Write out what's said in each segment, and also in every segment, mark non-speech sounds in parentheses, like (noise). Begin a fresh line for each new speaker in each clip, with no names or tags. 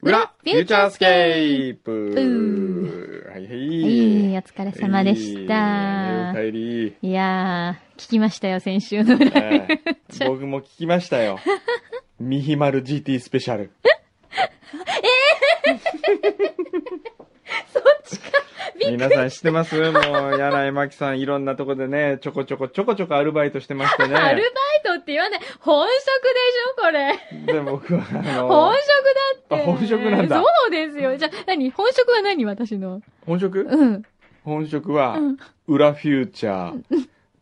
裏、フューチャースケー
う
プはいはい。
はい、お疲れ様でした。
はいお帰り。
いやー、聞きましたよ、先週の裏。
え (laughs) え僕も聞きました (laughs) よ。ミヒマル GT スペシャ (laughs) ル。皆さん知ってますもう、柳井真紀さんいろんなとこでね、ちょこちょこちょこちょこアルバイトしてまして (laughs) ね。
アルバイトって言わない。本職でしょ、これ。
で、僕は、あの、
本職だって。
あ本職なんだ
そうですよ。じゃあ、何本職は何私の。
本職
うん。
本職は
うん、
裏フューチャー、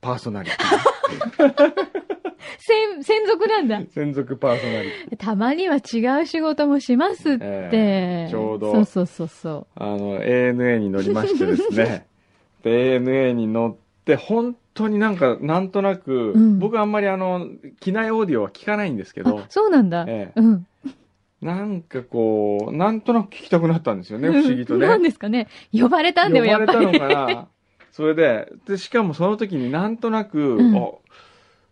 パーソナリテ (laughs) ィ。
専、専属なんだ。
専属パーソナリティ。
たまには違う仕事もしますって。
ええちょうど
そうそうそうそ
あの、ANA に乗りましてです
(laughs)
ね。で、ANA に乗って、本当になんか、なんとなく、
うん
僕あんまりあの、機内オーディオは聞かないんですけ
う。
ど
あ、、そうなんだ。
ええ
うん。
なんかこう、なんとなく聞きたくなったんですよね、不思議とね。
(laughs) 何ですかね。呼ばれたんだよ、や
呼ば
っ
れた
ぱり。
のかな。それで、で、しかもその時になんとなく、
うん
あ、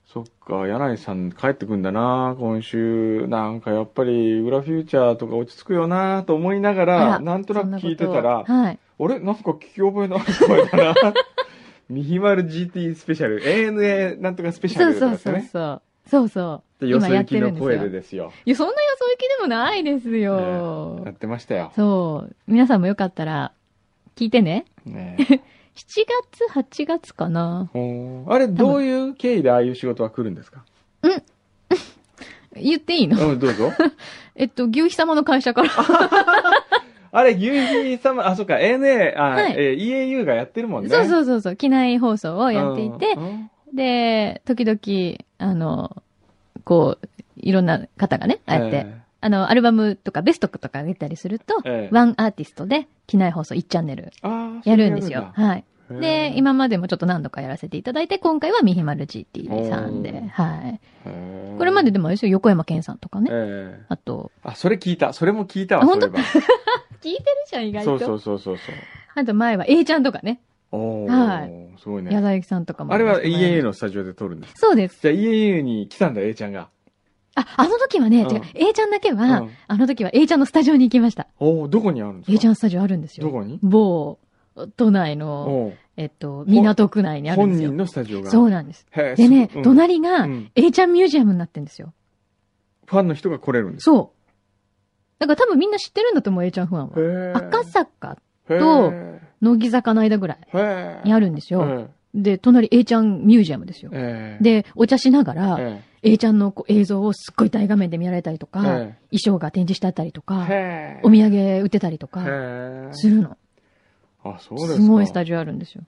そっか、柳井さん帰ってくんだな、今週。なんかやっぱり、裏フューチャーとか落ち着くよな、と思いなが
あ
ら、
ら
なんとな
そ
く
んなこと
聞いてたら、
はい。
あれなんか聞き覚えのある声だな。
(laughs)
ミヒマル GT スペシャル、ANA なんとかスペシャ
そう
ルとかで
そう
すよ
そう
ね。
そう。そうそう。
で、よそ行き
今や
の
ってるんですよ
声でですよ。
いや、そんな予想行きでもないです
ね
よ
や。ってましたよ。
そう。皆さんもよかったら、聞いてね。
ね
7月、8月かな。
ほーあれ、どういう経緯でああいう仕事は来るんですか
言っていいの
うん、どうぞ。
えっと、牛肥様の会社 (laughs) から。
あれ、牛皮様、あ、そっか、ANA、あ、
はい
えー EAU がやってるもんね。
そう
う
そうそうそう。機内放送をやっていて
ん、うん
で、時々、あの、こう、いろんな方がね、ああやって、あの、アルバムとかベストとか上げたりすると、
ええ
ワンアーティストで、機内放送1チャンネル
あー
やるんですよ。。はい。
そうだ
で、、今までもちょっと何度かやらせていただいて、今回はミヒマル GT さん
お
で
ー、
はい。
こ
これまででもあれですよ、横山健さんとかね。
ええ
あと、
あ、それ聞いた。それも聞いたわ、
あ
そう
本
い
当
えば。
聞いてるじゃん、意外
そ
と。
うそうそうそうそう。
あと前は A ちゃんとかね、
おお、
は
すごい
矢
ね。
沢駅さんとかも。
あれは EAU
の。
のスタジオで撮るんです。
そうです。
じゃあ EAU に来たんだ、A ちゃんが。
あ、あの時はね、
うん
違う、A ちゃんだけは、
うん
あの時は A ちゃんのスタジオに行きました。
おお、どこにあるんですか
A ちゃ
ん。
んスタジオあるんです
ど
よ。
こに
某、都内の、
おう
えっと、港区内にあるん
本
です
人
よ。
のスタジオが。
そうなんです。
へえ
でね
すう、ん
隣
う
が
ん
A ちゃんミュージアムになってんですよ。
ファンの人が来れるんです。
そう。だから多分みんな知ってるんだと思う、A ちゃんファンは。赤
赤
坂、
と
乃木坂の間ぐらいにあるんですよ。
よ。
で、隣 A ちゃんミュージアムですよ。
ええ、
で、お茶しながら、
え
A ちゃんのこう映像をすっごい大画面で見られたりとか、衣
え、
装が展示してあったりとか、
へえ
お土産売ってたりとか、
へえ
するの。
あ、そうですか。
すごいスタジオあるんですよ。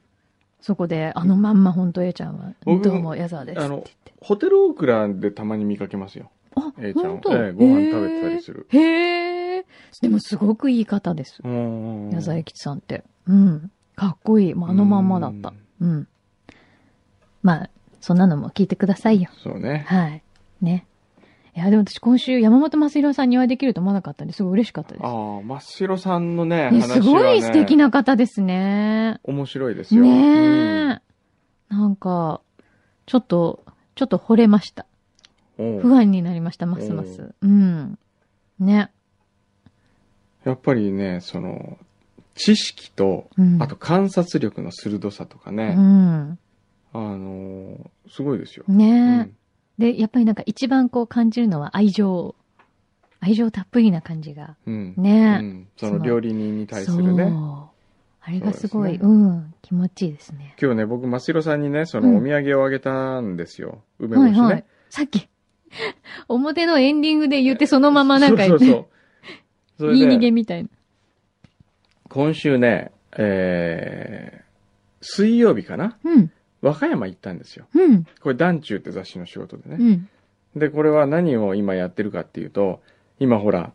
そこで、あのまんま本当 A ちゃんは、
僕
どうも矢沢ですって言って。
ホテルオークラでたまに見かけますよ。
あ、
A ちゃん
本当、
ええご飯食べてたりする
へえ。へえ。でもすごくいい方です。
うん
矢沢永吉さんって。うん。かっこいい。もうあのまんまだった。うん,、まあ、そんなのも聞いてくださいよ。
そうね。
はい。ね。いや、でも私今週山本真弘さんにお会いできると思わなかったんで、すごい嬉しかったです。
ああ、真っ白さんのね、
ね
話は
すごい
ね
素敵な方ですね。
面白いですよ。
ねえ、
うん
なんか、ちょっと、ちょっと惚れました。
おう
不安になりました、ますます。うん。ね。
やっぱりね、その、知識と、
うん。
あと観察力の鋭さとか
う
ね、
ん。
あのーすごいですよ。
ねえ。
うん
で、やっぱりなんか一番こう感じるのは愛情。愛情たっぷりな感じが。
うん。う
ね
んその料理人に
え。
対するね。
そう。あれがすごい、
そうです
う
ね
ん、気持ちいいですね。
今日ね、僕、マスヒロさんにね、そうの
ん
お土産をあげたんですよ。梅
は
干
い
し
はい
ね。。
さっき、表のエンディングで言ってそのままなんか
そう
言っ
そうそう。
て、
(laughs) そ
言い
れ
逃げ
で、
みたいな。
今週ね、えー、水曜日かな
うん、
和歌山行ったんですよ。
うん、
これ、団中って雑誌の仕事でね。
うん。
で、これは何を今やってるかっていうと、今ほら、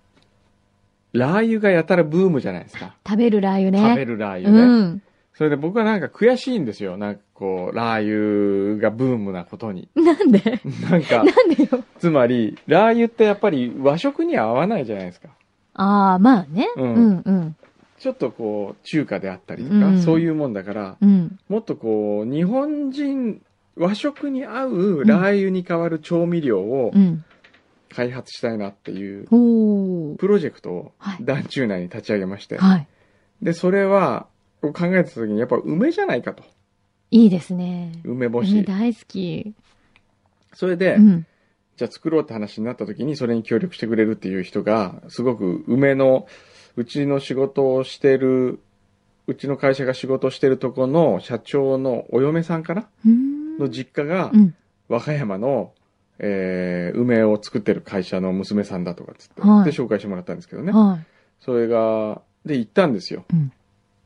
ラー油がやたらブームじゃないですか。
食べるラー油ね。
食べるラー油ね。
うん。
それで僕はなんか悔しいんですよ。なんかこう、ラー油がブームなことに。 (laughs)
なんで
なんか、
なんでよ。
つまり、ラー油ってやっぱり和食には合わないじゃないですか。
ああ、まあね。
う
うんん、うん、
ちょっとこう、中華であったりとか、
うん
そういうもんだから、
うん。
もっとこう、日本人、和食に合うラー油に代わる調味料を
うん。
開発したいなっていう
おー。
プロジェクトを
はい
団中内に立ち上げまして、
はい。
で、それは、こう考えた時にやっぱ梅じゃないかと。
いいですね。
梅
え
干し。
大好き。
それで、
うん。
じゃあ作ろうって話になった時にそれに協力してくれるっていう人が、すごく梅の、うちの仕事をしてる、うちの会社が仕事をしてるとこの社長のお嫁さんかな
うーん
の実家が
う、ん。
和歌山の、えー、梅を作ってる会社の娘さんだとかっつって、
はい
で紹介してもらったんですけどね。
は
それが、で行ったんですよ。
うん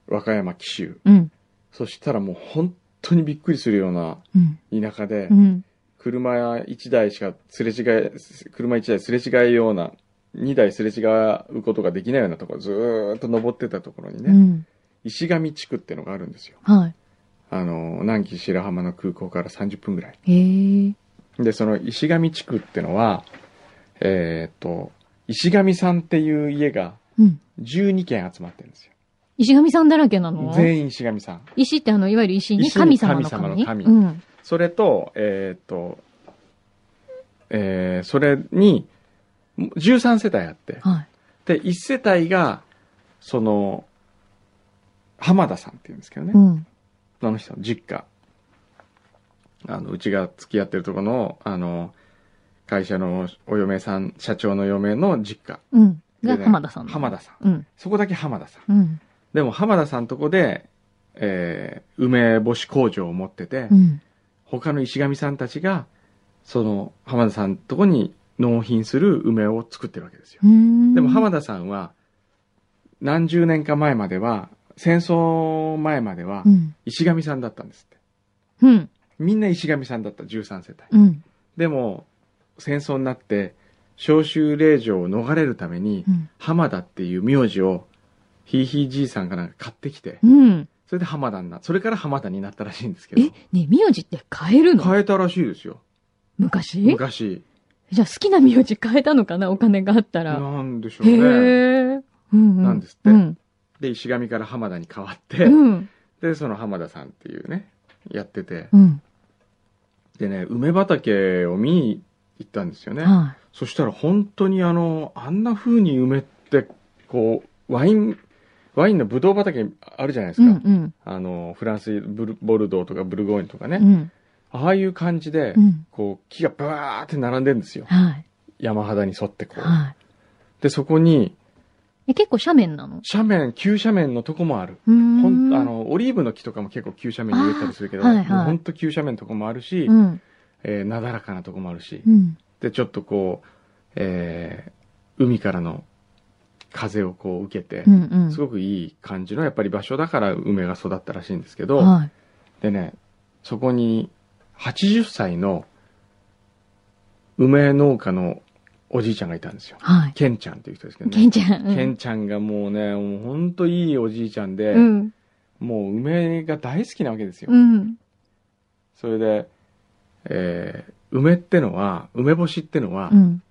和歌山紀州。
い。うん。
そしたらもう本当にびっくりするような
うん。
田舎で、
うん。
車1台しかすれ違え、車1台すれ違えような、2台すれ違うことができないようなところ、ずーっと登ってたところにね、
うん。
石神地区ってのがあるんですよ。
は
あの、南紀白浜の空港から30分ぐらい。
い。へえ。
で、その石神地区ってのは、えーっと、石神さんっていう家が
うん。
12軒集まってるんですよ。
石神さんだらけなの
全員石神さん。
石ってあの、いわゆる石に
石に
神様の神。
神様の神
うん。
それと、えーっと、えーそれに、13世帯あって、
はい。
で、一世帯が、その、浜田さんって言うんですけどね。
うん。
あの人の実家。あの、うちが付き合ってるとこの、あの、会社のお嫁さん、社長の嫁の実家。
うん。
で
が
ね
浜田さんの。
浜田さん。
うん。
そこだけ浜田さん。
うん。
でも浜田さんとこで、えー、梅干し工場を持ってて、
うん。
他の石神さんたちが、その浜田さんとこに納品する梅を作ってるわけですよ。
うーん。
でも浜田さんは、何十年か前までは、戦争前までは
う、ん。
石神さんだったんですって。
うん。
みんな石神さんだった、13世帯。
うん。
でも、戦争になって、召集令状を逃れるために
う、ん。
浜田っていう名字を、ひいひいじいさんがなんか買ってきて、
うん。
それで浜田にな、それから浜田になったらしいんですけ
え、
ど
ね、え名字って変えるの
変えたらしいですよ。
昔
昔。
じゃあ好きな名字変えたのかなお金があったら。
なんでしょ
へえ。
うね。
うん。
なんですって
うん。
で、石神から浜田に変わって、
うん。
で、その浜田さんっていうね、やってて、
うん。
でね、梅畑を見に行ったんですよね。
は
そしたら本当にあの、あんな風に梅って、こう、ワイン、ワインのブドウ畑あるじゃないです
い。う
か。
ん。うん。
あの、フランス、ブルボルドーとかブルゴーニュとかね。
うん。
ああいう感じで、
うん。
こう、木がブワーって並んでるんですよ。
はい。
山肌に沿ってこう。
はい。
で、そこに、
え、結構斜面なの
斜面、急斜面のとこもある。
うーん。
ほんあ、の、オリーブの木とかも結構急斜面に植えたりするけど、
あーはいはい
もうほんと急斜面のとこもあるし、
うん。
えーなだらかなとこもあるし、
うん。
で、ちょっとこう、えー海からの風をこう受けて
う、ん。うん。
すごくいい感じのやっぱり場所だから梅が育ったらしいんですけど、
はい。
でね、そこに80歳の梅農家のおじいちゃんがいたんですよ。
はい。
ケンちゃんっていう人ですけど
ケン
ね。
ちゃん。うん
ケンちゃんがもうね、もうほんといいおじいちゃんで、
うん。
もう梅が大好きなわけですよ。
うん。
それで、えー梅ってのは、梅干しってのは、
うん。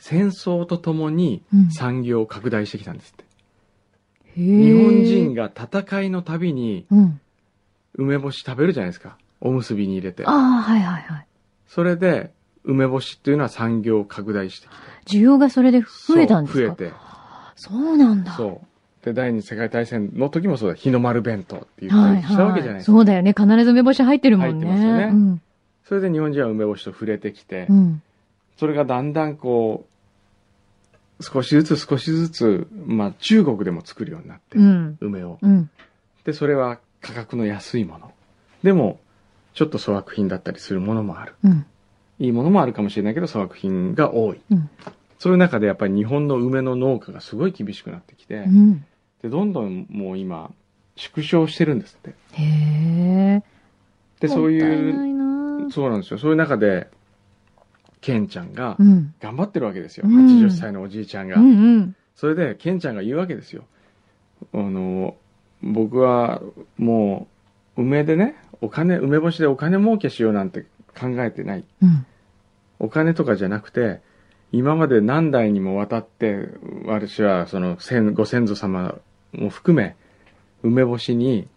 戦争とともに
うん
産業を拡大してきたんですって。
日
日本人が戦いのたびに
うん。
梅干し食べるじゃないですか。おむすびに入れて
あ。あ、はいはいはい。
それで、梅干しっていうのは産業を拡大してきて。
需要がそれで増えたんです
そう
か
増えて。
そうなんだ。
そう。で、第二次世界大戦の時もそうだ。日の丸弁当って言った
はい
りしたわけじゃない
は
で
い。
すか。
そうだよね。必ず梅干し入ってるもんね。
入ってますよね
うん。
それで日本人は梅干しと触れてきて、
うん。
それがだんだんこう、少しずつ少しずつ、まあ中国でも作るようになって、
うん。
梅を。
うん。
で、それは価格の安いもの。でも、ちょっと粗悪品だったりするものもある。
うん。
いいものもあるかもしれないけど、粗悪品が多い。
うん
そういう中でやっぱり日本の梅の農家がすごい厳しくなってきて、
うん。
で、どんどんもう今、縮小してるんですって。
へえ。
で、そうい
もった
う、
いないな
そうなんですよ。そういう中で、ケンちゃんが
うん。
頑張ってるわけですよ。
うん
80歳のおじいちゃんが。
うんうん。
それで、ケンちゃんが言うわけですよ。あの、僕はもう、梅でね、お金、梅干しでお金儲けしようなんて考えてない。
うん。
お金とかじゃなくて、今まで何代にもわたって、私はその先、ご先祖様も含め、梅干しに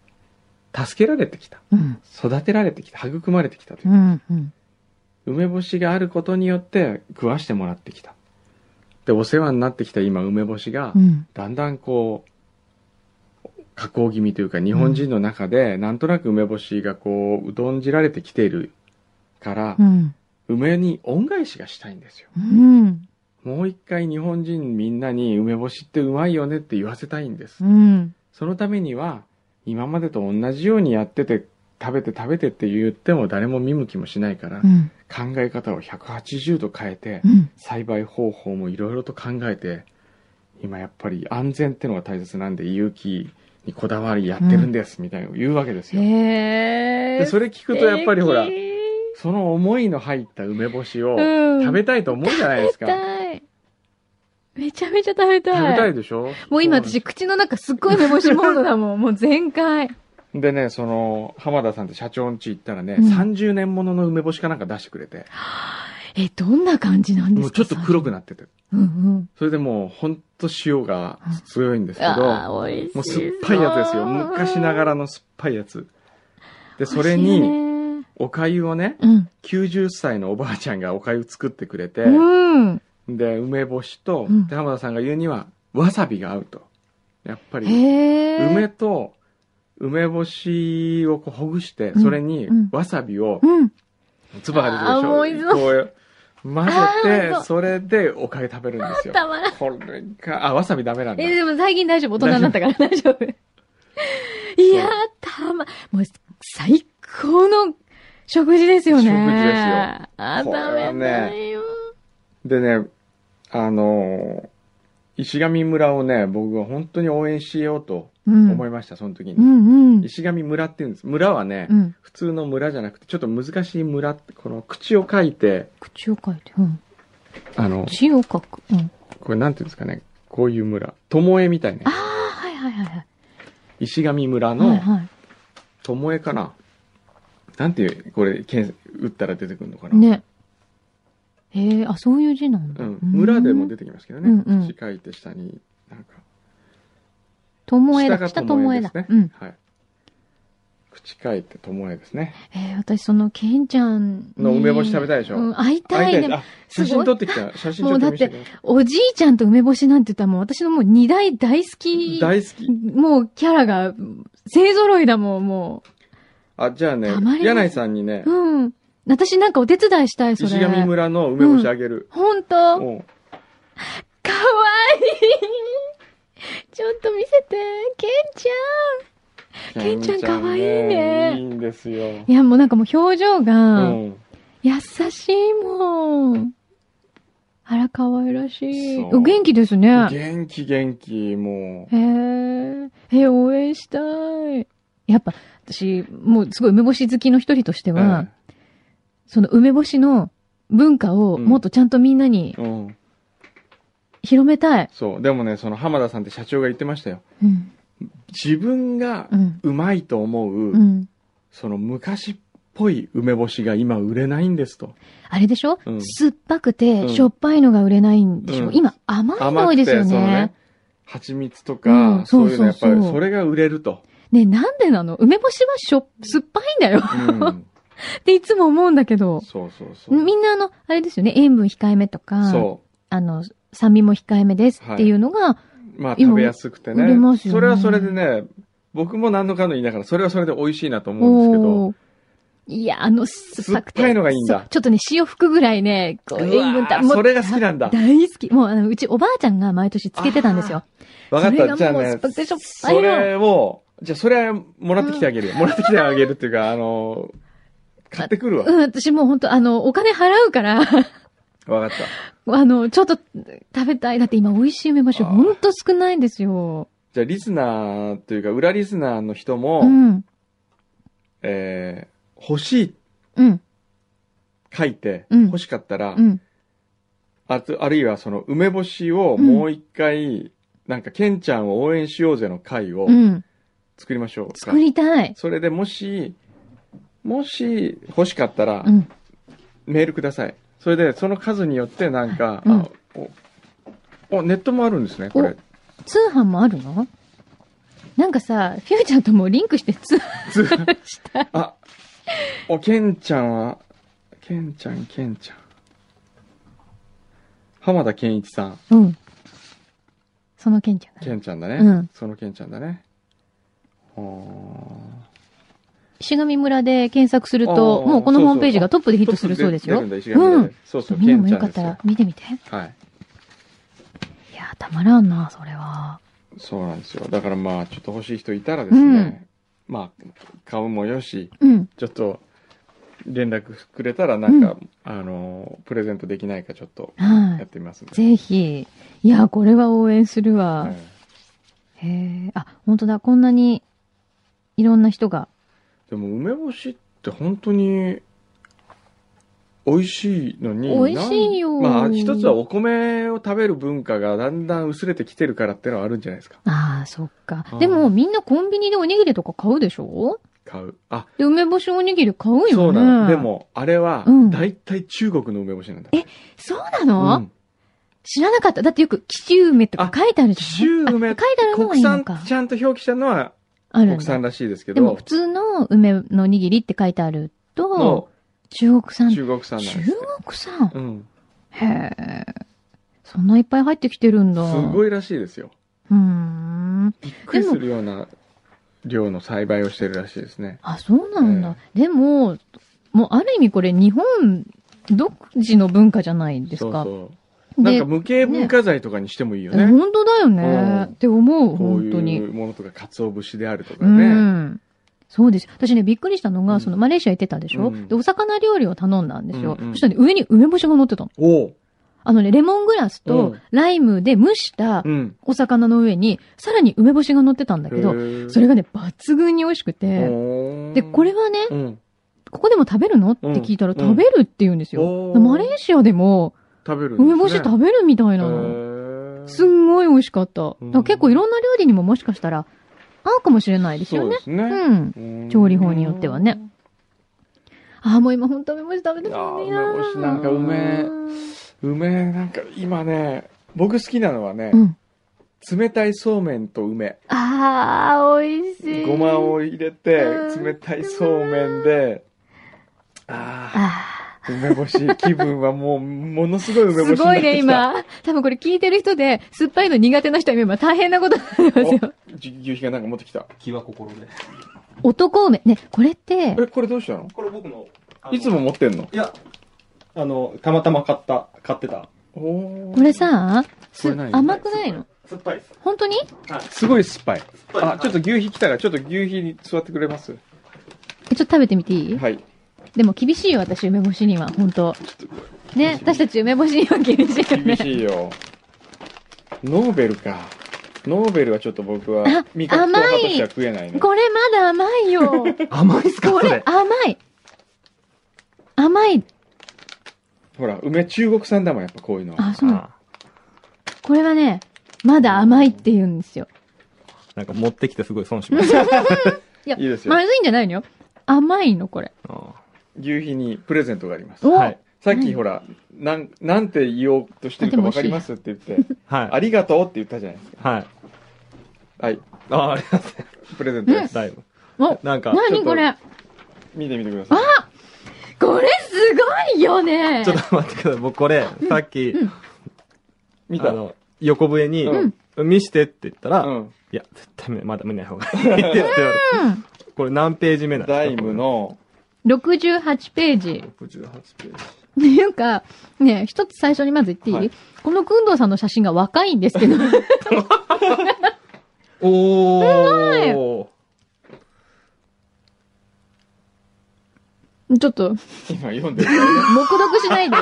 助けられてきた。
うん。
育てられてきた。育まれてきたというう。
ん。うん。
梅干しがあることによって食わしてもらってきた。で、お世話になってきた今、梅干しが
う、ん。
だんだんこう、加工気味というか、日本人の中で、なんとなく梅干しがこう、うどんじられてきているから
う、ん。
梅に恩返しがしたいんですよ。
うん。
もう一回日本人みんなに梅干しってうまいよねって言わせたいんです。
うん。
そのためには、今までと同じようにやってて、食べて食べてって言っても誰も見向きもしないから
う、ん。
考え方を180度変えて
う、ん。
栽培方法もいろいろと考えて、今やっぱり安全ってのが大切なんで、勇気にこだわりやってるんです、みたいなのを言うわけですよ。
へえ。
でそ
れ
れ聞くとやっぱりほら、
食
その思いの入った梅干しを
うん
食べたいと思うじゃないですか。
べたい。めちゃめちゃ食べたい。
食べたいでしょ
もう今
そなんですよ
私口の中すっごい梅干しモード
(laughs)
だもん。もう全開。
でね、その、浜田さんって社長ん家行ったらね、
うん
30年ものの梅干しかなんか出してくれて、
え、どんな感じなんで
もう
す
ちょ
か
っと黒くなってて。
うんうん。
それでもう、ほんと塩が強いんですけ
あ
ど、
あ、美味しい。
もう酸っぱいやつですよ。昔なが
ら。
らの酸っぱいやつ。で、それに、
美味し
お粥をね、
いね。
90歳のおばあちゃんがお粥作ってくれて、
うん。うん。
で、梅干しと
うん、
で浜田さんが言うには、わさびが合うと。やっぱり、
へえ。
梅と、梅干しをこうほぐして、それに
うんうん、
わさびを、
うん。
唾が出てくるでし
あーもういつも
ょ。こう混ぜ
(laughs) あー
て
ほん、と
それでおかゆ食べるんですよ。
たまらん。
これが、あ、わさびダメなんだ。
え、でも最近大丈夫。大人になったから大丈夫。いやー、たま、もう最高の食事です
食事で
よね。
すよ
あ、
これ
食
は
べ
ね
たいよ。
でね、あのー石神村をね、僕は本当に応援しようと
うん。
思いました、その時
う
に。
んうん。
石神村って言うんです。村はね、
うん。
普通の村じゃなくて、ちょっと難しい村って、この口を書いて、
口を書いて。うん。
あの、
字を書く。うん。
これなんていうんですかね、こういう村。巴みたいね
あ。あ、はいはいはいはい。
石神村
はい
の
は
巴かな。なんていう、これ、検打ったら出てくるのか
い。
な。
ね。へえ、あ、そういう字なんだ。
うん、村でも出
て
てきますけどね、
うんうん
口書いて下になんか
ともえ
下
だ。
が
下ともえ
で
だ
すね。、
うん。
はい、口書いてともえですね
えー、私その、ケンちゃんに。
の梅干し食べたいでしょ
うん、会いた
あ
い。
痛
でも
あ写
すご
真
い
撮ってきた写真ちょっと見せてくださ
おじいちゃんと梅干しなんて言ったらもう私のもう二大大好
い
き。
大好き
もうキャラが、勢揃いだもん、も
あじゃあね
たまりません
柳井さんにね
う。うん。私なんかお手伝いしたい、それ。
石神村の梅干しあげる、
ほんとかわ
もう
いいちょっと見せて、ケンちケンちゃん
ケね
可愛いね
いいんですよ
ゃん。いや、もうなんかもう表情
う
が、
ん、
優しいもん。あら、可愛らしい。
そう
お元気ですね。へ
元気元気も
え。え、応援したい。やっぱ、私、もうすごい梅干し好きの一人として
う、
は、その梅干しの文化を
うん
もっとちゃんとみんなに
うんうん、
広めたい。
そうでもねその浜田さんって社長が言ってましたよ
うん。
自分が
うん。
うまいと思う、
うん。
その昔っぽい梅干しが今売れないんですと。
あれでしょ、
うん
酸っぱく
う
て
ん
しょっぱいのが売れないんでしょ、
うん
今甘いの多いですよ
その
ね。、
蜂蜜とか、
うん
そういうのやっぱ
そう
り
そうそう
それが売れると。
ね、なんでなの梅干しはしょ、酸っぱ
(laughs)
いんだよ (laughs)
うん、
っていつも思うんだけど。
そうそうそう。
みんなあの、あれですよね、塩分控えめとか、
そ
あの、酸味も控えめですっていうのが、
う。まあ
今
食べやすくてね
売れますよね
それはそれでね、僕も何のかの言いながら、それはそれで美味しいなと思うんですけど。
おーいや、あの、酸っぱくて。
酸っぱいのがいいんだ
そうちょっとね、塩吹くぐらいね、こう、
うわー
塩分たもう
それが好きなんだ
大好き。もう、あの、うちおばあちゃんが毎年つけてたんですよ。
わかっ
それが
た。
もう
じゃあね
酸っぱくてしょっ、ぱいの
それを、じゃあそれはもらってきてあげるよ。もらってきてあげるっていうか、あの、買ってくるわ。
うん、私もう本当あの、お金払うから、
わかっ
あの、ちょっと食べたい。だって今美味しい梅干し
あー
ほんと少ないんですよ。
た。じゃあ、リスナーというか、裏リスナーの人も、
うん。
えー欲しい、
うん。
書いて、
うん
欲しかったら、
うん。
あと、あるいはその、梅干しをもう一回、なんか、ケンちゃんを応援しようぜの会を
うん。
作りましょうか。
作りたい。
それでもし、もし欲しかったら
う、ん。
メールください。それで、その数によってなんか、
うん
あおお、ネットもあるんですね、これ。
通販もあるのなんかさ、フューちゃんともうリンクして通販
ず (laughs)
したい。
あ、お、ケンちゃんは、ケンちゃん、ケンちゃん。浜田健一さん。
うん。その件じゃない。
ケンちゃんだね。
うん
そのケンちゃんだね。ほ
石神村で検索すると、
あー
もうこの
そうそう
ホームページがトップで
ー
ヒットするそうです
ト
よ。
ップ出るんだ石垣島で
うん
そうそう、
みん
ケ
な
ン
も
ちゃ
よ
ん
かっ
です
たら
よ。
見てみて。
はい。
いやー、たまらんな、それは。
そうなんですよ。だからまあ、ちょっと欲しい人いたらですね、まあ、顔もよし、
うん。
ちょっと、連絡くれたら、なんか、あの、プレゼントできないかちょっとや
は
っ
い。
てみますんで。
ぜひ。いやー、これは応援するわ。
はい
へえ。あ、本当だ。こんなに、いろんな人が。
でも、梅干しって本当に、美味しいのに。
美味しいよ
なんまあ、一つはお米を食べる文化がだんだん薄れてきてるからってのはあるんじゃないですか。
ああ、そっか
あ。ー
でも、みんなコンビニでおにぎりとか買うでしょ
買う。あ、
で、梅干しおにぎり買うよね。
そうなの。で。も、あれは
うん、
だいたい中国の梅干しなんだ。
そうなの、
うん
知らなかった。だってよく、紀州梅とか書いてあるじゃ
紀
ん。
州梅
あ書いてある方がい
国
いの
産
か、。
ちゃんと表記したのは
あるんだ
国産らしいですけ
でも、
ど
普、通の梅のおにぎりって書いてあると
の、
中国産。中
中国産なんですって。
国産
うん。
へえ。そんないっぱい入ってきてるんだ。
す
い。
ごいらしいですよ。
うーん。
びっくりするような量の栽培をしてるらしいですね。
あ、そうなんだ。でも、もうある意味これ日本独自の文化じゃないですか。
そうそう。なん
で
か無形文化財とかにしてもいいよね。
本当だよね、
うん
って思う、
こう
本当
い
に。
うものとか、鰹節であるとか
う
ね。
ん。そうです。私ね、びっくりしたのが、
うん
そのマレーシア行ってたでしょ、
うん
で、お魚料理を頼んだんですよ。
うんうん
そしたらね、上に梅干しが乗ってたの。
おう。
あのね、レモングラス
う
と
ん
ライムで蒸した
うん。
お魚の上に、さらに梅干しが乗ってたんだけ
へ
ど、
ー
それがね、抜群に美味しくて、
おー
で、これはね、
うん。
ここでも食べるのって
うん
聞いた
う
ら、
ん
食べるって言うんですよ
お。ー
マレーシアでも、
食べるんですね。
梅干し食べるみたいなの。
の
すんごい美味しかった。
うん
だから結構いろんな料理にももしかしたら合うかもしれないですよ
そう
ね。
ですね。
うん。
うん
調理法によってはね。ああ、もう今本当梅干し食べてたのにな。
あー梅干しなんかうめえ梅、なんか今ね、僕好きなのはね
う、ん。
冷たいそうめんと梅。
ああ、美味しい。
ごまを入れて
う、ん
冷たいそうめんで、あ
あ
あ、梅干し気分はもう、ものすごい
あ。
梅干し
す
にな
ご
ってき
い
た。
ね、今。多分これ聞いてる人で、酸っぱいの苦手な人は今大変なことになりますよ。
お。じ牛皮がなんか持ってきた。
気は心で。
男梅。ね、これって、
え、これどうしたの
これ僕の。あの
いつも。持ってんの
いや、あの、たまたま買った、買ってた。
おー
これ、さ、す
これ何
甘くないの
酸っぱいです。
本当に
はい。
すごい酸っぱい。
ぱい
あ、ちょっと牛皮来たから、ちょっと牛皮に座ってくれます
えちょっと食べてみていい
はい。
でも厳しいよ、私、梅干しには、本当ね、私たち梅干しには厳しいよね
厳。しいよ。ノーベルか。ノーベルはちょっと僕は
あ、
味覚党派としては食えないね。
これまだ甘いよ。
甘いっす
これ。甘い。甘い。
ほら、梅中国産だもん、やっぱこういうのは。
あ、そうなの。これはね、まだ甘いって言うんですよ。
なんか持ってきてすごい損しま
(laughs)
した。
いや、
いいですよ
まずいんじゃないのよ。甘いの、これ。
牛皮にプレゼントがあります。
お
はい。
さっきほら、なん、なんて言おうとしてるかわかりますって言って、あ
はい。
りがとうって言ったじゃないですか。
はい。
はい、
あ、ありがとうござい
プレゼントで。
ますす。だいぶ。
お、
なんか、
ちょっ
何
と
これ。
見てみてください。
これすごいよね
ちょ。っと待ってください。僕これ、さっき、
うん
見た
あの、横笛に、見してって言ったら、
うん。
いや、絶対見まだ見ない方がいいって言って言われて
うん。
これ何ページ目なんですか
ダイム。の、
68ページ。 (laughs)
これ68ページ。
っていうか、ね、一つ最初にまず言っていい、
はい
このくんどうさんの写真が若いんですけど。
おー。
ちょっと、
今読
(laughs)
んでるからね。
目読しないで。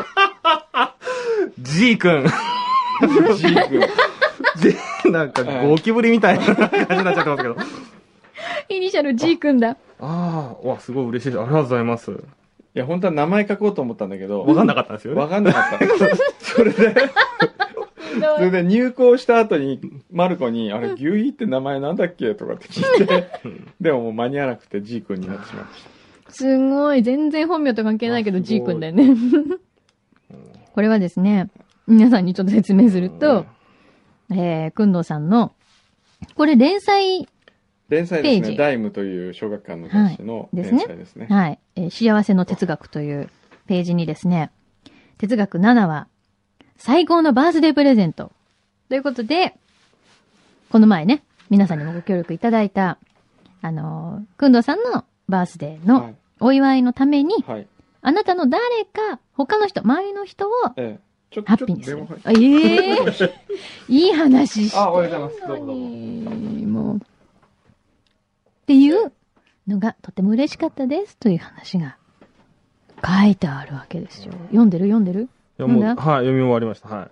G 君。
ジーク。
G なんかゴキブリみたいな感じになっちゃってますけど。
イニシャル G 君だ。
(laughs) ああ、わ、すごい嬉しいです。ありがとうございます。
いや、本当は名前書こうと思ったんだけど、
わかんなかったんですよね
わ。かんなかった。それで、それで入校した後に、マルコに、あれ、牛皮って名前なんだっけとかって聞いて、でももう間に合わなくて G 君になってしまいました。
すごい。全然本名と関係ないけど
あす
G
ごい
君だよね。これはですね、皆さんにちょっと説明すると、えー、くんどうさんの、これ連載、
連載で
ペ
す
ー
ね、
ジ
ダイムという小学館の雑誌の
い
連
ですね
載ですね。
はい、えー幸せの哲学というページにですね、哲学7は、最高のバースデープレゼント。ということで、この前ね、皆さんにもご協力いただいた、あのー、くんどうさんのバースデー
は
の
い
お祝いのために、
はい。
あなたの誰か、他の人、周りの人を
ええ。ちょっ
ハ
と、
ッ
ちょっ
ピー
と
にす
電
る
話入っ。
あええいい話してるのに。
あおはようございますどうもどう
もう。っていうのがとても嬉しかったですという話が書いてあるわけですよ。読んでる読んでる
いやもう、は
ないん、だ
読み終わりました。は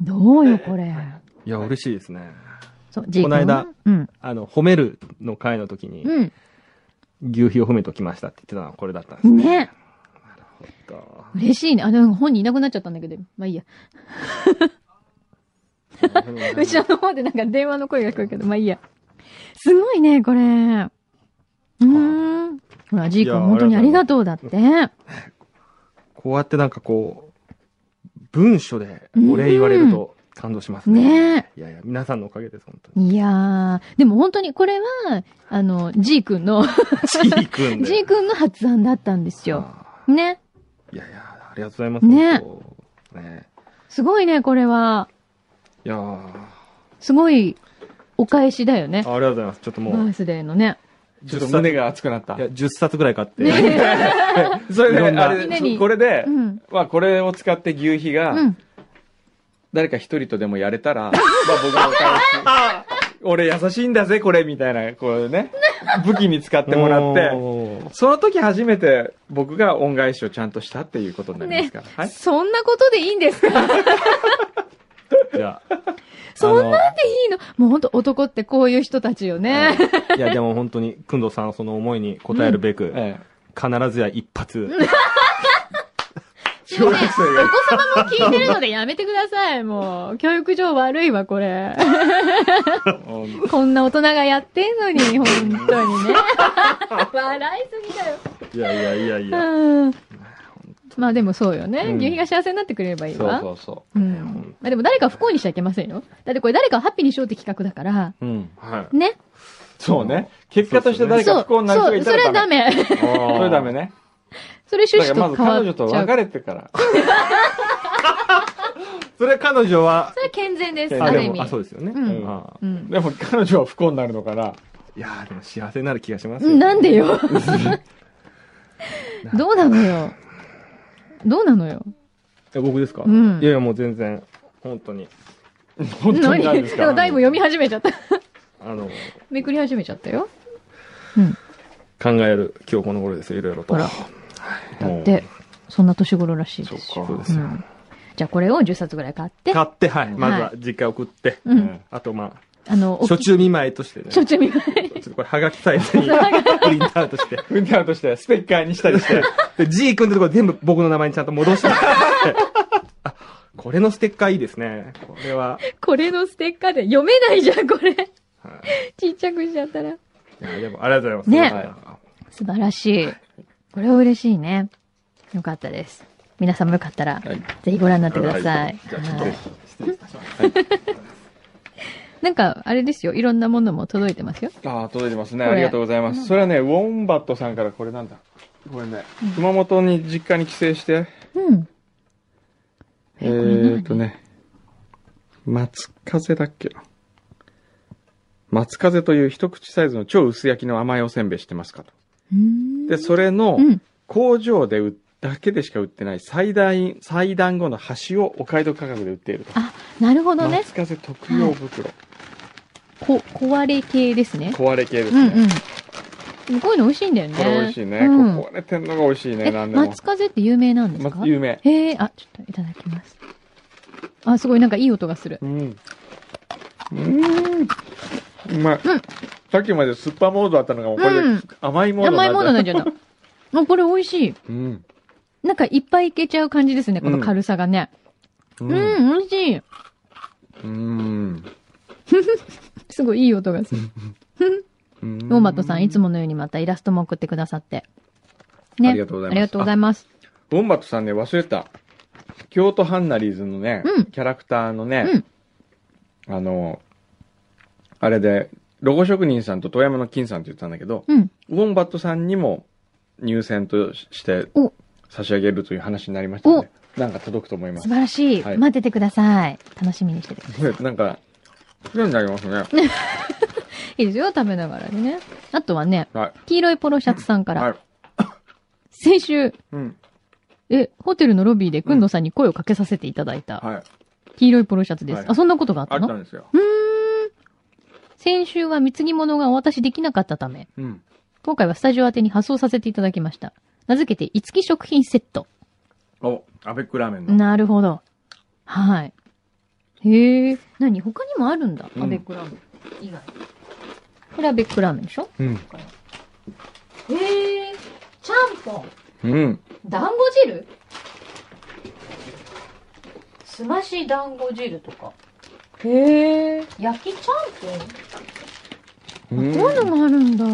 どうよ、これ。
い。いや、嬉しいですね。
そう、ジー君は
この間。
うん。
あの、褒めるの回の時に、
う
牛皮を褒めときましたって言ってたのはこれだったんです
ん。
ね。
ね
そっか
嬉しいね。あ、でも本人いなくなっちゃったんだけど。まあいいや。
(laughs)
後ろの方でなんか電話の声が聞こえるけど、まあいいや。すごいね、これ。うーん。ほら、ジー
いや
君本当にありがとうだって。
こうやってなんかこう、文書でお礼言われると感動しますね。
ね
いやいや、皆さんのおかげです、本当に。
いやー、でも本当にこれは、あの、ジー君の、
ちーくんで。
ジー君の発案だったんですよ。
あ
ね。
ーいやいや、ありがとうございます。
ね
本当ね
すごいね、これは。
いやーあ
すごい、お返しだよね
り。がとうございます。ちょっと
バ
もう
ー、スデーのね。
ちょっと胸が熱くなった
いや、。10冊ぐらい
(laughs)
買って。
それ
い
で、
ろん
あ
な
みん
れ
なに
そうこれで
う、ん。
まあこれを使って牛皮が、
うん。
誰か一人とでもやれたら、まあ僕のお返
(laughs)
し。俺優しいんだぜ、これ、みたいな、こうね、武器に使ってもらって、
おー
その時初めて僕が恩返しをちゃんとしたっていうことになりますから。はい。
そんなことでいいんですか
じゃあ。
そん
な
なんでいいのもう本当男ってこういう人たちよね。
いや、でも本当に、くんどうさんのその思いに応えるべく、
ええ
必ずや一発。
小学生
お
が、
子様も聞いてるのでやめてください、もう。教育上悪いわ、これ。 (laughs) こんな大人がやってんのに、本当にね。 (laughs) 笑いすぎだよ。
いやいやいやいや。
うんまあでもそうよね
う。ん
牛皮が幸せになってくれればいい
そう
わ。
そうそ
うん。まあでも誰かを不幸にしちゃいけませんよ。だってこれ誰かをハッピーにしようって企画だから。
う。うん。
はい。
ね。
そうね。結果として誰
そ
か
う
不。幸になる人
そ、
がいうた
そ
ら
れはダ。メ。
それダメね。
それ趣
だか
旨
らま
と
ず
変わ
彼
っ
女
ち
と
ゃう。
別れて (laughs) から。
それ彼女は
そ、れは健全です、
あ
あ
あ、
る
で
意
も、あ、
味
そ。うですよね。
うん
あ
う
ー
ん。
でも彼女は不幸になるのかな。
いやーでも幸せになる気がしますよ
うんなんで
(laughs)
よ。どうなのよ。どうなのよ。
いや僕ですか、
うん
いやいや、もう全然、本当に。
本当
何
にな
だ
るんです
から
か
だいぶ読み始めちゃ
(laughs)
った。
あの、
めくり始めちゃったよ。
考える今日この頃ですよ、いろいろと。
ほらだって、そんな年頃らしいですよ。
そうですよ
うんじゃあこれを10冊ぐらい買って、
買って、はい。まず
は
は実家送って、
うん
うん
あとま
あの、
あ、
お
初中見舞いとしてね。
しょ (laughs) っ
ち
ちゅう見返
ょっとこれ、はがきサイズにプリントアウトして。
運転としてステッカーにしたりして。
で、G 君ってとこ全部僕の名前にちゃんと戻して。あこれのステッカーいいですね。これは。
これのステッカーで読めないじゃん、これ。
は
ちっちゃくしちゃったら。
い、いや、でも、ありがとうございます。
ね
は
素晴らしい。これは嬉しいね。よかったです。皆さんもよかったら、
はい
ぜひご覧になってください。
じゃあちょっと
はいなんか、あれですよ。いろんなものも届いてますよ。
(laughs) ああ、届いてますね。
これ
ありがとうございます。それはね、ウォンバットさんからこれなんだ。これね、熊本に実家に帰省して、
うん。
え
えこれ何
ーっとね、松風だっけな。松風という一口サイズの超薄焼きの甘いおせんべい知ってますかと。
うーん
で、それの
うん。
工場で売っだけでしか売ってない最大、最団後の端をお買い得価格で売っていると。
あ、なるほどね。
松風特用袋。
こ、壊れ系ですね。
壊れ系で
うん
す
うん
ね。。
でもこういうの美味しいんだよね。
これ美味しいね。
うん
ここれ天のが美味しいね、
え、
なんでも
松。風って有名なんですか、
ま有名。
へえ、あ、ちょっといただきます。あ、すごいなんかいい音がする。
うん。うーん。うまい。さっきまで酸っぱモードあったのが、もうこれ
うん
で甘いモードにな
甘
っ
いものなん
(laughs)
じゃないあ、これ美味しい。
うん。
なんかいっぱいいけちゃう感じですね、この軽さがね。
う
う。ん、美味しい。
うん。
すごいいい音がする。
うん
ノーマットさん、いつものようにまたイラストも送ってくださって。ね。
ありがとうございます
ありがとうございます。
ウォンバットさんね、忘れてた。京都ハンナリーズのね、
うん
キャラクターのね、あの、あれで、ロゴ職人さんと遠山の金さんって言ったんだけど、
うん。
ウォンバットさんにも入選としして
お
差し上げるという話になりましたので、なんか届くと思いま
素
す。
晴らしい。
はい
待っててください。楽しみにしててください。
ねなんか、綺麗になりますね。
いいですよ、食べながらね。あとはね、
はい。
黄色いポロシャツさんから、
はい。
先週、
うん。
え、ホテルのロビーでくんどさんに声をかけさせていただいた、
はい。
黄色いポロシャツです。
はい
あ、そんなことがあっ
あ
た
った
の
んですよ。
先週は貢ぎ物がお渡しできなかったため、
うん。
今回はスタジオ宛てに発送させていただきました。名付けて、いつき食品セット。
お、アベックラーメンの。
なるほど。はい。へえ。何他にもあるんだ。
うん
アベックラーメン以外。これアベックラーメンでしょ
うん。
へえ。ちゃんぽん。
うん。
団子汁すまし団子汁とか。へえ。焼きちゃ
うんん
ぽん。こういうのもあるんだ。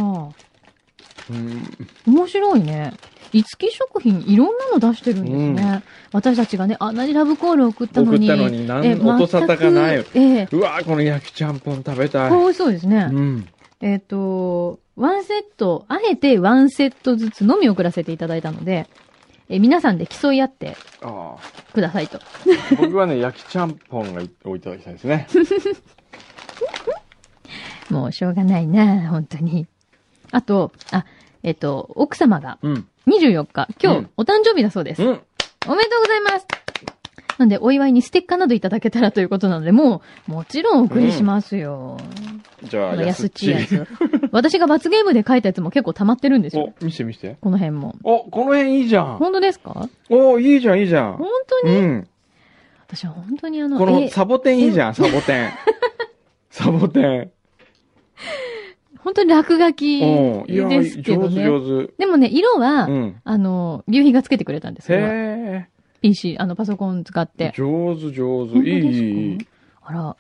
うん
面白いね。いつき食品いろんなの出してるんですね。
う
私たちがね、あんなにラブコール送ったの
送っ
に。
たのに、なん
え、
音沙汰がない。
全くええ
うわーこの焼きちゃんぽん食べたい。
これ美味しそうですね。
うん。
えっ、と、ワンセット、あえてワンセットずつのみ送らせていただいたので、えー皆さんで競い合って
あ
くださいと。
あ。僕はね、焼きちゃんぽんがいをいただきたいですね。
もうしょうがないな、本当に。あと、あ、えっ、と、奥様が
うん。
24日、今日、
うん
お誕生日だそうです。
うん。
おめでとうございますなんで、お祝いにステッカーなどいただけたらということなので、もう、もちろんお送りしますよ。
じゃ
こ
あ、
の
安
安っ
っ
ち
ち
いやつ。私が罰ゲームで書いたやつも結構溜まってるんですよ
お。、見して見して。
この辺も。
お、この辺いいじゃん。
本当ですか
お、いいじゃん、いいじゃん
本。
う
当に、
ん。
私は本当にあの、
こ
え
のサボテンいいじゃん、サボテン。 (laughs) サボテン。
本当に落書き
うん。いや、
ですけ
上
ど
手
ね。
上手。
でもね、色は、
うん。
あの、牛皮がつけてくれたんですけど、
へ
PC、あの、パソコン使っ
え
て。。
上手上手。
本当
いい
ですか
いい。いい
あら、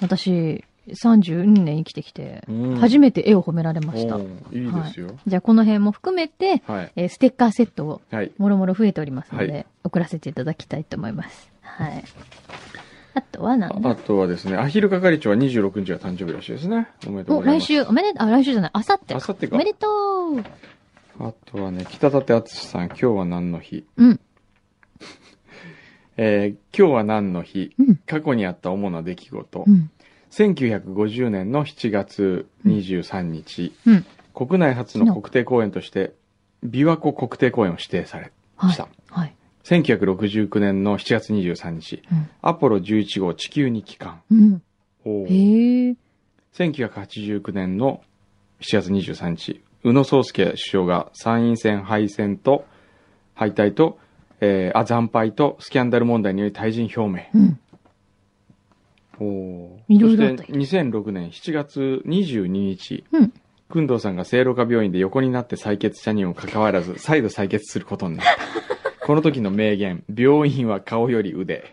私、32年生きてきて、
うん
初めて絵を褒められました
お。いいですよ。
じゃあ、この辺も含めて、
はい。
えーステッカーセットを、
はい。
もろもろ増えておりますので、
は
送らせていただきたいと思います。はい。あとはなん
ああ
だ
とはですね、アヒル係長は26日が誕生日らしいですね。おめでとう
お、
ござい
来
ます。
週、おめでとう、あ、来週じゃない、あさって。
明後日か
おめでとう
あとはね、北舘淳さん、今日は何の日
うん。
えー今日は何の日
うん。
過去にあった主な出来事。
うん。
1950年の7月23日、
うん。
国内初の国定公園として、琵琶湖国定公園を指定され
は
し
い
た。。
はい。
1969年の7月23日、
うん
アポロ11号地球に帰還。
うん。
おー
へえ。
1989年の7月23日、宇野宗介首相が参院選敗戦と、敗退と、えーあ、惨敗とスキャンダル問題により退陣表明。
うん。
おー
いろいろあっ
そ
た
して2006年7月22日、
うん。
工藤さんが聖路加病院で横になって採血したにもかかわらず、再度採血することにな
(laughs)
った。この時の名言、病院は顔より腕。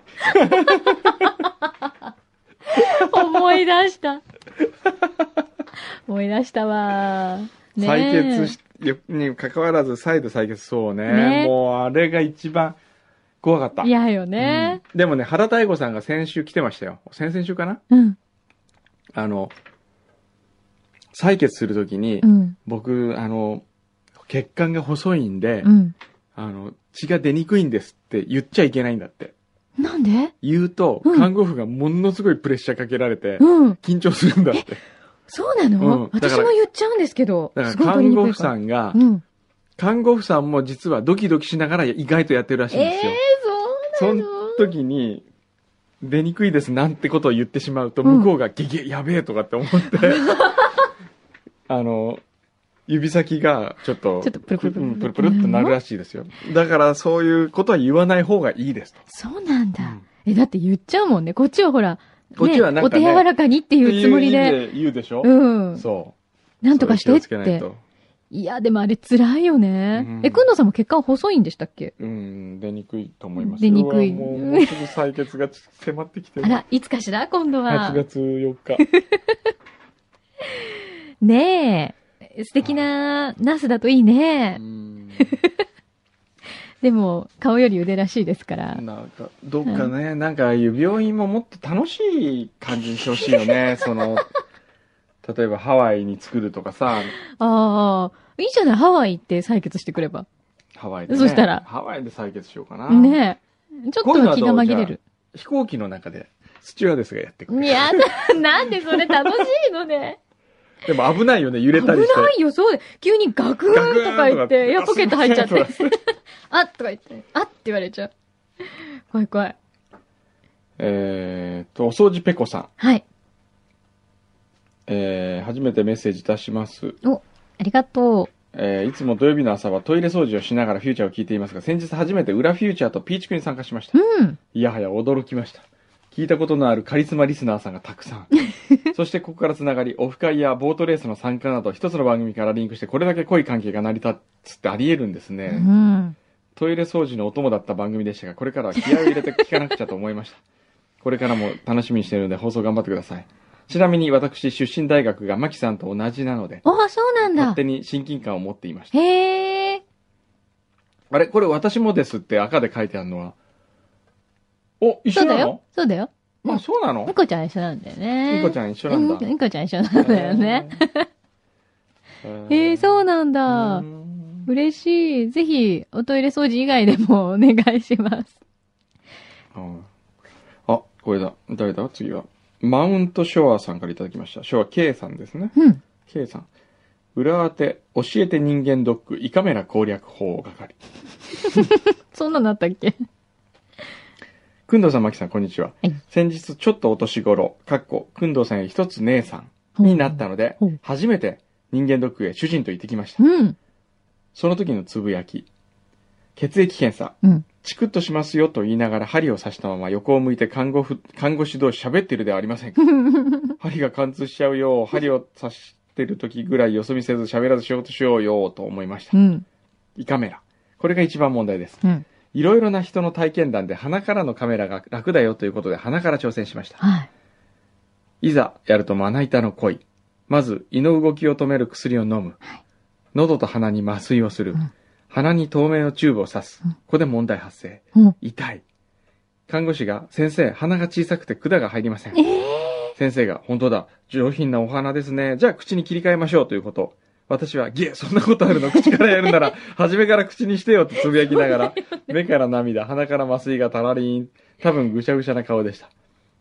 思い出した。思い出したわ。ねえ
採血しよにもかかわらず、再度採血、そう
ね
ね。もう、あれが一番怖かった。
嫌よ
うん
ね。
でもね、原太吾さんが先週来てましたよ。先々週かな
うん。
あの、採血するときに、
うん。
僕、あの、血管が細いんで、
うん。
あの、血が出にくいんですって言っちゃいけないんだって。
なんで
言うと、
うん
看護婦がものすごいプレッシャーかけられて、
うん。
緊張するんだって。
そうなの、
うんだ
私
から
も言っちゃうんですけど。
だ
す
か
ごい
ら看
取りに
護
くい
婦
から
さんが、
うん。
看護婦さんも実はドキドキしながら意外とやってるらしいん
え
です
え
よ。
ー、そうな
そ
の
の時に、出にくいですなんてことを言って
(laughs)
しまうと、向こうがゲゲ、やべえとかって思って、あの、指先がちょっと、
ちょっとプルプルプル
うんプルプルっとなるらしいですよ。だからそういうことは言わない方がいいですと。
そうなんだ。え、だって言っちゃうもんね。こっちはほら、
こっちはなんかね
お手柔らかにっていうつもり
って
で。
いう意味で言うでしょ
うん。
そ
な
う。
んとかして
それ気
っ
をつけない
て。
と。
いや、でもあれ辛いよね。
うん
え、くんのさんも血管細いんでしたっけ
うん、出にくいと思います。
出にくいう
わもう、もうすぐ採血が迫ってきて
あ
る。
ら、いつかしら今度は
8。月4日。
(laughs) ねえ。素敵なナスだといいね
う。ん
でも、顔より腕らしいですから。
なんか、どっかね、なんかああいう病院ももっと楽しい感じにしてほしいよ
(laughs)
ね。その、例えばハワイに作るとかさ、
ああ、いいじゃない。ハワイ行って採血してくれば。
ハワイで、ね。
そしたら
ハワイで採血しようかな。
ねえ。ちょっ
こういうの
と
は
気
どう
が紛れる。
飛行機の中で、スチュワーデスがやってくる。
いや (laughs) だ、なんでそれ楽しいのね。
でも危ないよね、揺れ
危
たりして。
ないよ、そうで。急にガクーンとか言って、いや、ポケット入っち
(laughs)
ゃって。あっとか言って、あって言われちゃう。怖い怖い。
えーっと、お掃除ペコさん。
はい。
えー、初めてメッセージ出します。
ありがと
えーいつも土曜日の朝はトイレ掃除をしながらフューチャーを聞いていますが、先日初めて裏フューチャーとピーチクに参加しました
う。。うん。
いやはや驚きました。聞いたことのあるカリスマリスナーさんがたくさん。
(laughs)
そしてここからつながり、オフ会やボートレースの参加など、一つの番組からリンクして、これだけ濃い関係が成り立つってあり得るんです
う
ね。
ん。
トイレ掃除のお供だった番組でしたが、これからは気合を入れて聞かなくちゃと思いました。これからも楽しみにしているので放送頑張ってください。ちなみに私、出身大学がマキさんと同じなので、
ああ、そうなんだ
勝。手に親近感を持っていました。
へえ。
あれこれ私もですって赤で書いてあるのは、お、一
そ
緒
うだ
な
よ
の。
そうだよ。
あ、そうなの
ニコちゃん一緒なんだよね。
ニコち
ゃん
ゃん一緒なんだ。
ニコちゃん一緒なんだよね。へえ、
う
そうなん
な
だ。
んだ。
嬉しい。ぜひ、おトイレ掃除以外でもお願いします。
うんあ、これだ。誰だ次は。マウントショアさんからいただきました。ショア K さんですね。
うん。
K さん。裏当て、教えて人間ドック、胃カメラ攻略法係。
そんなのあったっけ
くんどうさん、まきさん、こんにちは。
はい
先日、ちょっとお年頃、かっこ、くんどうさんより一つ姉さんになったので
ほうほう、
初めて人間ドックへ主人と行ってきました。
うん。
その時のつぶやき。血液検査。
うん
チクッとしますよと言いながら針を刺したまま横を向いて看護婦、看護師同士喋ってるではありま
(laughs)
せんか。針が貫通しちゃうよ。針を刺してる時ぐらいよそ見せず喋らず仕事しようよと思いました
う。ん。
胃カメラ。これが一番問題です。
うん。
いろいろな人の体験談で鼻からのカメラが楽だよということで鼻から挑戦しました。
はい。
いざやるとまな板の恋。まず胃の動きを止める薬を飲む。喉と鼻に麻酔をする。
うん
鼻に透明のチューブを刺す。
うん
ここで問題発生。
うん
痛い。看護師が、先生、鼻が小さくて管が入りません。先生が、本当だ、上品なお花ですね。じゃあ口に切り替えましょうということ。私は、げえ、そんなことあるの口からやる
(laughs)
なら、初めから口にしてよとつぶやきながら、目から涙、鼻から麻酔がたらりん。多分ぐしゃぐしゃな顔でした。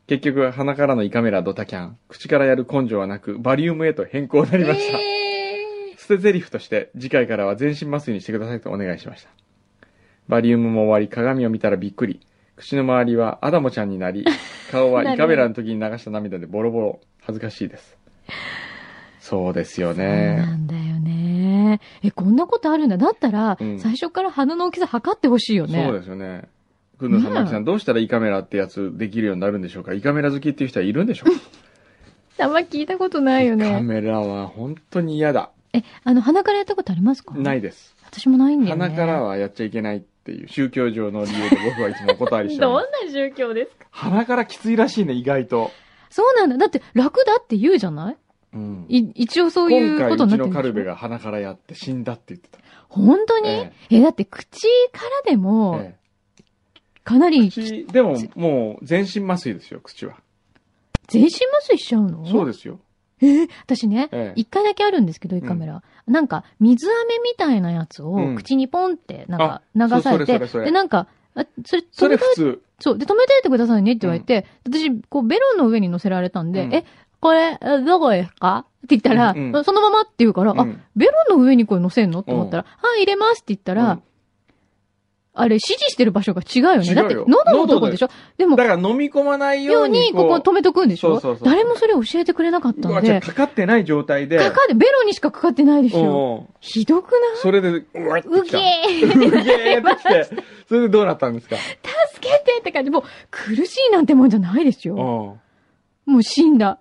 結局、鼻からの胃カメラドタキャン。口からやる根性はなく、バリウムへと変更になりました。捨て台詞として、次回からは全身麻酔にしてくださいとお願いしました。バリウムも終わり、鏡を見たらびっくり。口の周りはアダモちゃんになり、
(laughs)
顔は胃カメラの時に流した涙でボロボロ。恥ずかしいです。そうですよ
な
ね。
んだよね。え、こんなことあるんだ。だったら、
うん
最初から鼻の大きさ測ってほしいよね。
そうですよね。くんのさん、
ねえ
まきさん、どうしたら胃カメラってやつできるようになるんでしょうか胃カメラ好きっていう人はいるんでしょうか
あんま聞いたことないよ
胃カ
ね。
メラは本当に嫌だ。
え、あの、鼻からやったことありますか
ない。です。
私もないんだよね。
鼻からはやっちゃいけないっていう宗教上の理由で僕はいつもお断りして
どん
ま
な
す。
宗教ですか
鼻からきついらしいね、意外と。
そうなんだ。だって、楽だって言うじゃない
うん
い一応そうい
今
う
回、
こと
う
にな
ち
ってる
のカ
んで
ル
しょ
ベが鼻からやって死んだって言ってた。
本当に、
え
えだって口からでも、
ええ
かなり全
口、でももう全身麻酔ですよ、口は。
身麻酔しちゃうの
そうですよ。
私ね、
ええ
一回だけあるんですけど、胃カメラ。なんか、水飴みたいなやつを
うん
口にポンって、なんか、
あ
流さ
そそれ
れて、
それそれ
で、なんか、あそれ止
そ
め
れ
た
普通。
そう、で、止めてってくださいねって言われて、私、こう、ベロの上に乗せられたんで、
うん
え、これ、えどこですかって言ったら、
うんうん
そのままって言うから、
う
あ、
ん
ベロの上にこれ乗せんのって思ったら、はい、入れますって言ったら、
うん
あれ、指示してる場所が違うよね。
違うよ
だって、喉のとこでしょでも
だ、から飲み込まないよ
よ
う
う
に
に、
こう。
ここ止めとくんでし
そ
ょ
うそうそう
誰もそれ教えてくれなかった
うわ
ん
じゃあ
で。
かかってない状態で。
かかって、ベロにしかかかってないでしょ。
うんうん
ひどくない
それで、うわって
う
き
げ
た。
ー
うげーってきて。それでどうなったんですか
助けてって感じ。もう、苦しいなんてもんじゃないです
う
よ。
ん。うん
もう死んだ。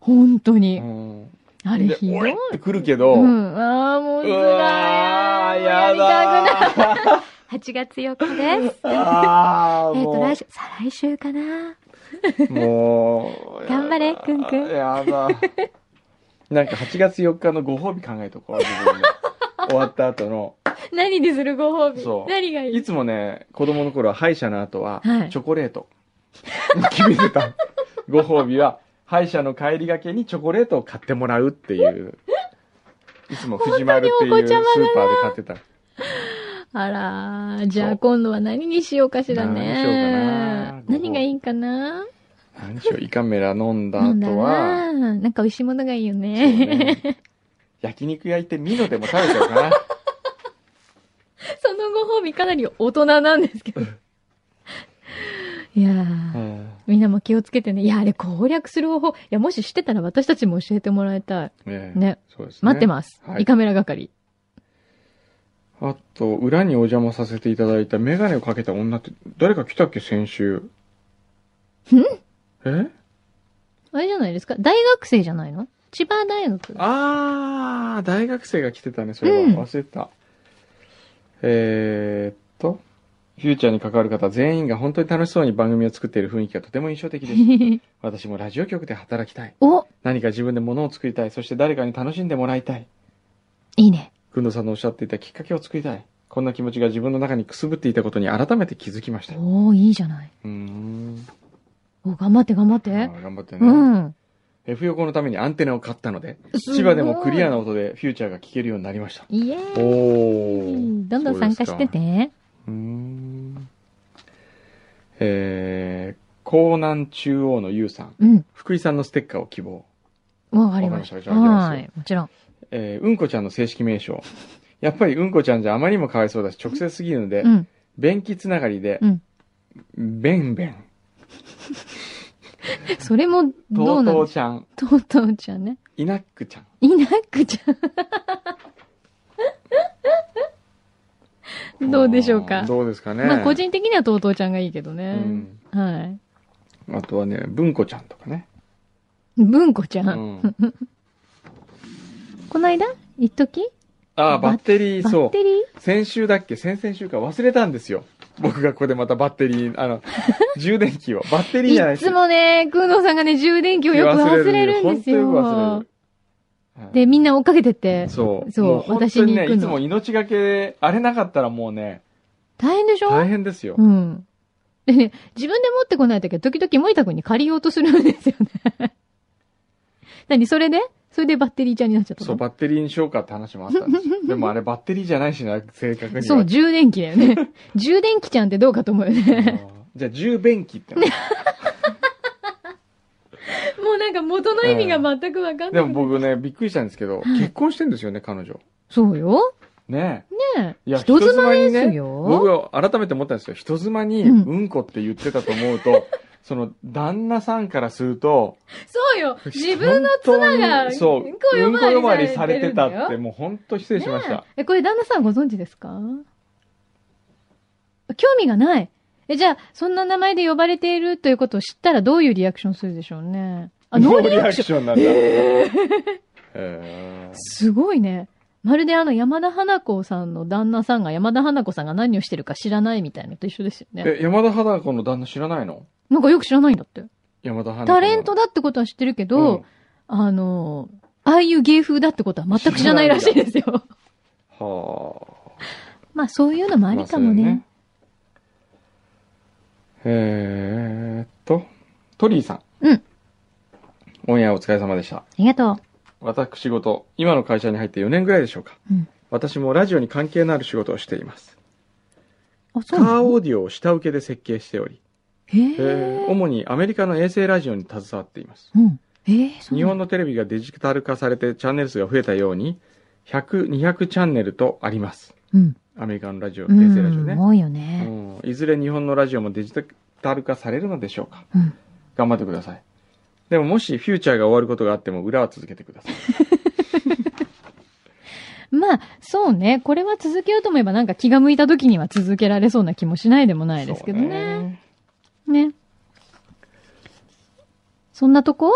本当に。
うん
あれ
で、
ひど
お
い
え。ってくるけど、
うん。ああ、も
う
う辛い。
わー、
あーもうや
や
りたくな
だ
い。
ー。
8月4日です。 (laughs)
あー
えっと、
も
来週、再来週かな
う、もう、
頑張れくんくん
やだ。なんか8月4日のご褒美考えと
(laughs)
こう、自分で終わった後の。
何にするご褒美
そう
何がいい
いつもね、子供の頃は歯医者の後は
はい、
チョコレート。決めてた。ご褒美は、歯医者の帰りがけにチョコレートを買ってもらうっていう。いつも藤丸っていう
本当にお子
ス
ちゃ
ー
まだな
パーで買ってた。
あらー、じゃ
そ
あ
う
今度は何にしようかしら
何にしようか
ね
な。ご褒美
何がいいかな
何しよう、胃カメラ飲んだ
なんだ
後
な
は、
ー。なんか美味しいものがいいよ
そう
ね。
ね焼肉焼いてミノでも食べちゃおうかな。
(laughs) そのご褒美かなり大人なんですけど。いやー。
うん
みんなも気をつけてね。いや、あれ攻略する方法。いや、もししてたら私たちも教えてもらいたい。
ねえ
ね。
そうですね。
待ってます。
は
胃
い
カメラ係。
あと、裏にお邪魔させていただいたメガネをかけた女って、誰か来たっけ、先週。
ん
え
あれじゃないですか大学生じゃないの千葉大学。
あー、大学生が来てたね、それは。
うん
忘れてた。えーっと、フューチャーに関わる方全員が本当に楽しそうに番組を作っている雰囲気がとても印象的です。
(laughs)
私もラジオ局で働きたい。
お
何か自分で物を作りたい。そして誰かに楽しんでもらいたい。
いいね。
くんどさんのおっしゃっていたきっかけを作りたい。こんな気持ちが自分の中にくすぶっていたことに改めて気づきました。う
おー、いいじゃない。
ーん。
お、頑張って頑張っ
あ
て。
ー頑張って
う
ね。
ん。
F 横のためにアンテナを買ったので、
すごい
千葉でもクリアな音でフューチャーが聞けるようになりました。
イエ
お
ー
ー
イ。どんどん参加してて。。
うーん。えー、江南中央のゆうさん。
うん。
福井さんのステッカーを希望。
わかりました。
わかりました
はい。もちろん。
えー、うんこちゃんの正式名称。やっぱりうんこちゃんじゃあまりにもかわいそうだし、直接すぎるので、
うん。
便器つながりで、
うん
べんべん、
それも、ど
と
う
う
な
と
の
うちゃん、
とうとうちゃんね。
いなっくちゃん。
いなくちゃん。 (laughs) どうでしょう
あ
か
ー。どうですかね。
まあ、個人的にはとうとうちゃんがいいけど
う
ね。
ん。
はい。
あとはね、文子ちゃんとかね。
文子ちゃ。
うんん。
こないだ一時
ああ、バッテリー、
バ
そ
ッ
う。
テリー
先週だっけ先々週か忘れたんですよ。僕がここでまたバッテリー、あ
(laughs)
の、充電器を。バッテリーじゃない
いつもね、工藤さんがね、充電器をよく忘れるんですよ
本。当よく忘れる。
で、みんな追っかけてって
うん、そう。
そう
も本当にね
私に行くの
いつも命がけで、あれなかったらもうね、
大変でしょ
大変ですよ。
うん。 (laughs) でね、自分で持ってこないときは時々森田くんに借りようとするんですよね。 (laughs) 何それでそれでバッテリーちゃんになっちゃったの
そう、バッテリーにしようかって話もあったん
(laughs)
ですよ。でもあれバッテリーじゃないしな、正確には。
そう、充電器だよね。 (laughs) 充電器ちゃんってどうかと思うよ
あ
ね。 (laughs)
ーじゃあ、充便器っての。
もうなんか元の意味が全くわかん
で
ない。
も僕ね、びっくりしたんですけど、
い
結婚してんですよね、彼女。
そうよ。
ねえ
ね
い
え。
や
人妻で
人妻に
す
ね
よ。
僕は改めて思ったんですよ。人妻に、
うん
うんこって言ってたと思うと、 (laughs) その、旦那さんからすると、
そうよ。 (laughs) 自分の妻が、
本当にそう、
うんこ呼ばわり
うんこ呼ばわりされてた
されてるん
っ
だ
て、
よ
もう本当失礼しました
ね。ええ、これ旦那さんご存知ですか興味がない。え、じゃあ、そんな名前で呼ばれているということを知ったらどういうリアクションするでしょうね。あ、ノーリアクション。
ションなんだ。へ (laughs) え
すごいね。まるであの山田花子さんの旦那さんが山田花子さんが何をしてるか知らないみたいなのと一緒ですよね。
え、山田花子の旦那知らないの
なんかよく知らないんだって。
山田花子の。
タレントだってことは知ってるけ
う
ど、
ん
あの、ああいう芸風だってことは全く知らないらしいですよ。
はあ。
まあそういうのもありかもね。
まあ。そうだよねえーっと、トリーさん。
うん。
オンエアお疲れ様でした。
ありがとう。
私事、今の会社に入って4年ぐらいでしょうか。
うん
私もラジオに関係のある仕事をしています。
あ、そ
カ
うな
ー
の
オーディオを下請けで設計しており、
へ
えー
え。
主にアメリカの衛星ラジオに携わっています。
うん。ええ、そう
日
な
本
の
のテレビがデジタル化されてチャンネル数が増えたように、 100、200チャンネルとあります。
うん。
アメリカのラジオ、
う
平成ラジオね
ん。。多いよ
う
ね。
んいずれ日本のラジオもデジタル化されるのでしょうか。
うん。
頑張ってください。でももしフューチャーが終わることがあっても裏は続けてください。
まあ、そうね。これは続けようと思えばなんか気が向いた時には続けられそうな気もしないでもないですけど
そう
ね。。ね。そんなとこ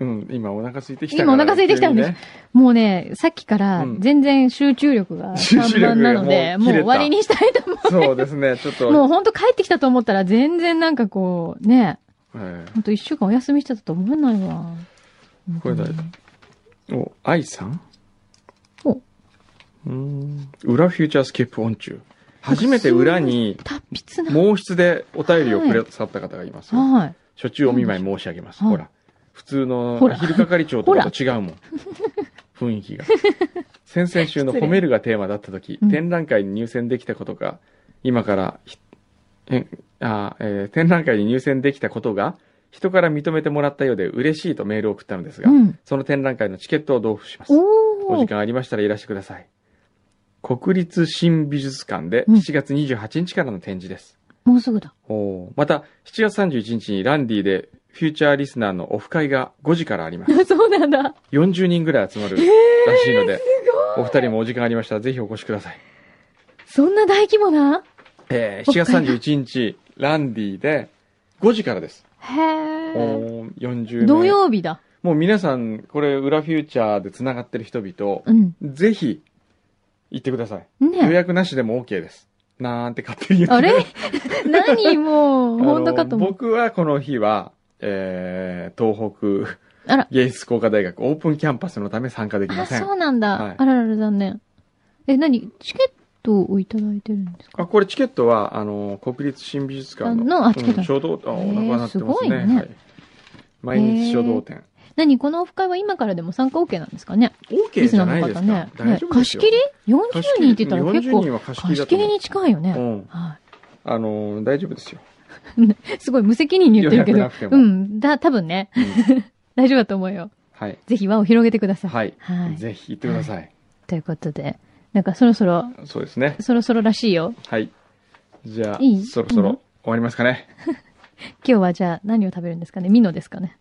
うん、今お腹空いてきた
今お腹空いてきたんです。もうね、さっきから
うん
全然集中力が
集
散
中
漫
力
な
が
ので、も
もう切れ
う
た
終わりにしたいと思
急にねそうですね、ちょっと。
う。もうほんと帰ってきたと思ったら全然なんかこう、ね、
え
ほんと一週間お休みしてたと思えないわ。
これ誰だえお、愛さん
お
うーん。裏フューチャースケープオン中。初めて裏に
達筆な。
毛筆でお便りをくださった方がいますよ。
はい。
初中お見舞い申し上げます。
はい
ほら。普通の
ほら
昼係長とかと違うもん。雰囲気が。 (laughs) 先々週の
失礼
褒めるがテーマだった時、
うん
展覧会に入選できたことが、今からひ、え、あ、えー展覧会に入選できたことが、人から認めてもらったようで嬉しいとメールを送ったのですが、
うん。
その展覧会のチケットを同封します。お
お
時
ー。
間ありましたらいらしてください。国立新美術館で
うん
7月28日からの展示です。
もうすぐだ。
おーまた、7月31日にランディで、フューチャーリスナーのオフ会が5時からあり
(laughs)
ます。 (laughs)
そうなんだ。
40人ぐらい集まるらしいので、お二人もお時間ありましたらぜひお越しください。
そんな大規模な
えー、7月31日、ランディで5時からです。
へー。
おー40名。
土曜日だ。
もう皆さん、これ、裏フューチャーで繋がってる人々、
うん。
ぜひ、行ってください。予
ね
約なしでも OK です。なんて勝手に言って
あ (laughs) れ何もう、
あの
本当かと思う。
僕はこの日は、えー、東北
あら
芸術工科大学オープンキャンパスのため参加できま
あ、
せん。
そうなんだ。
はい
あららら、残念。え、何チケットをいただいてるんですか
あこれチケットは、あの、国立新美術館の、
のあチケッ
う
ト
ん書道、あ、お腹が鳴って
へーすご
ます
い
ね。
ね
はい、毎日書道展。
何このオフ会は今からでも参加 OK なんですかね
OK じゃないですか。
ね。
大
ね
丈夫で
貸
す
し
よ
切り ?40 人って言ったら
貸し切り
結
40
構、
人は貸し切り
貸
だ
し
と
切
思
り
う
に近いよ
う
ね。
ん。
は
あの、大丈夫ですよ。
い。すごい無責任に言ってるけ
予
ど
約なく。て
う
も
ん。だ、多分ね。 (laughs) 大丈夫だと思うよ。
はい。
ぜひ輪を広げてください。
はい。
はい。
ぜひ行ってください。
ということで、なんかそろそろ、
そうですね。
そろそろらしいよ。
はい。じゃあ、
いい
そろそ
いい
ろ
の
終わりますかね。
今日はじゃあ何を食べるんですかねミノですかね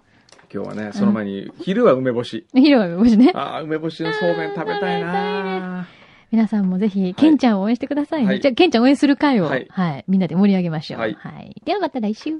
今日はね、その前に、昼は梅干し。
昼はもしね。
ああ、梅干しのそうめん (laughs) 食べたいな
皆さんもぜひ、ケンちゃんを応援してくださいね。
はい
じゃあ、ケンちゃん応援する会を、は
はいい、
みんなで盛り上げましょう。は
はいい。
ではまた来週。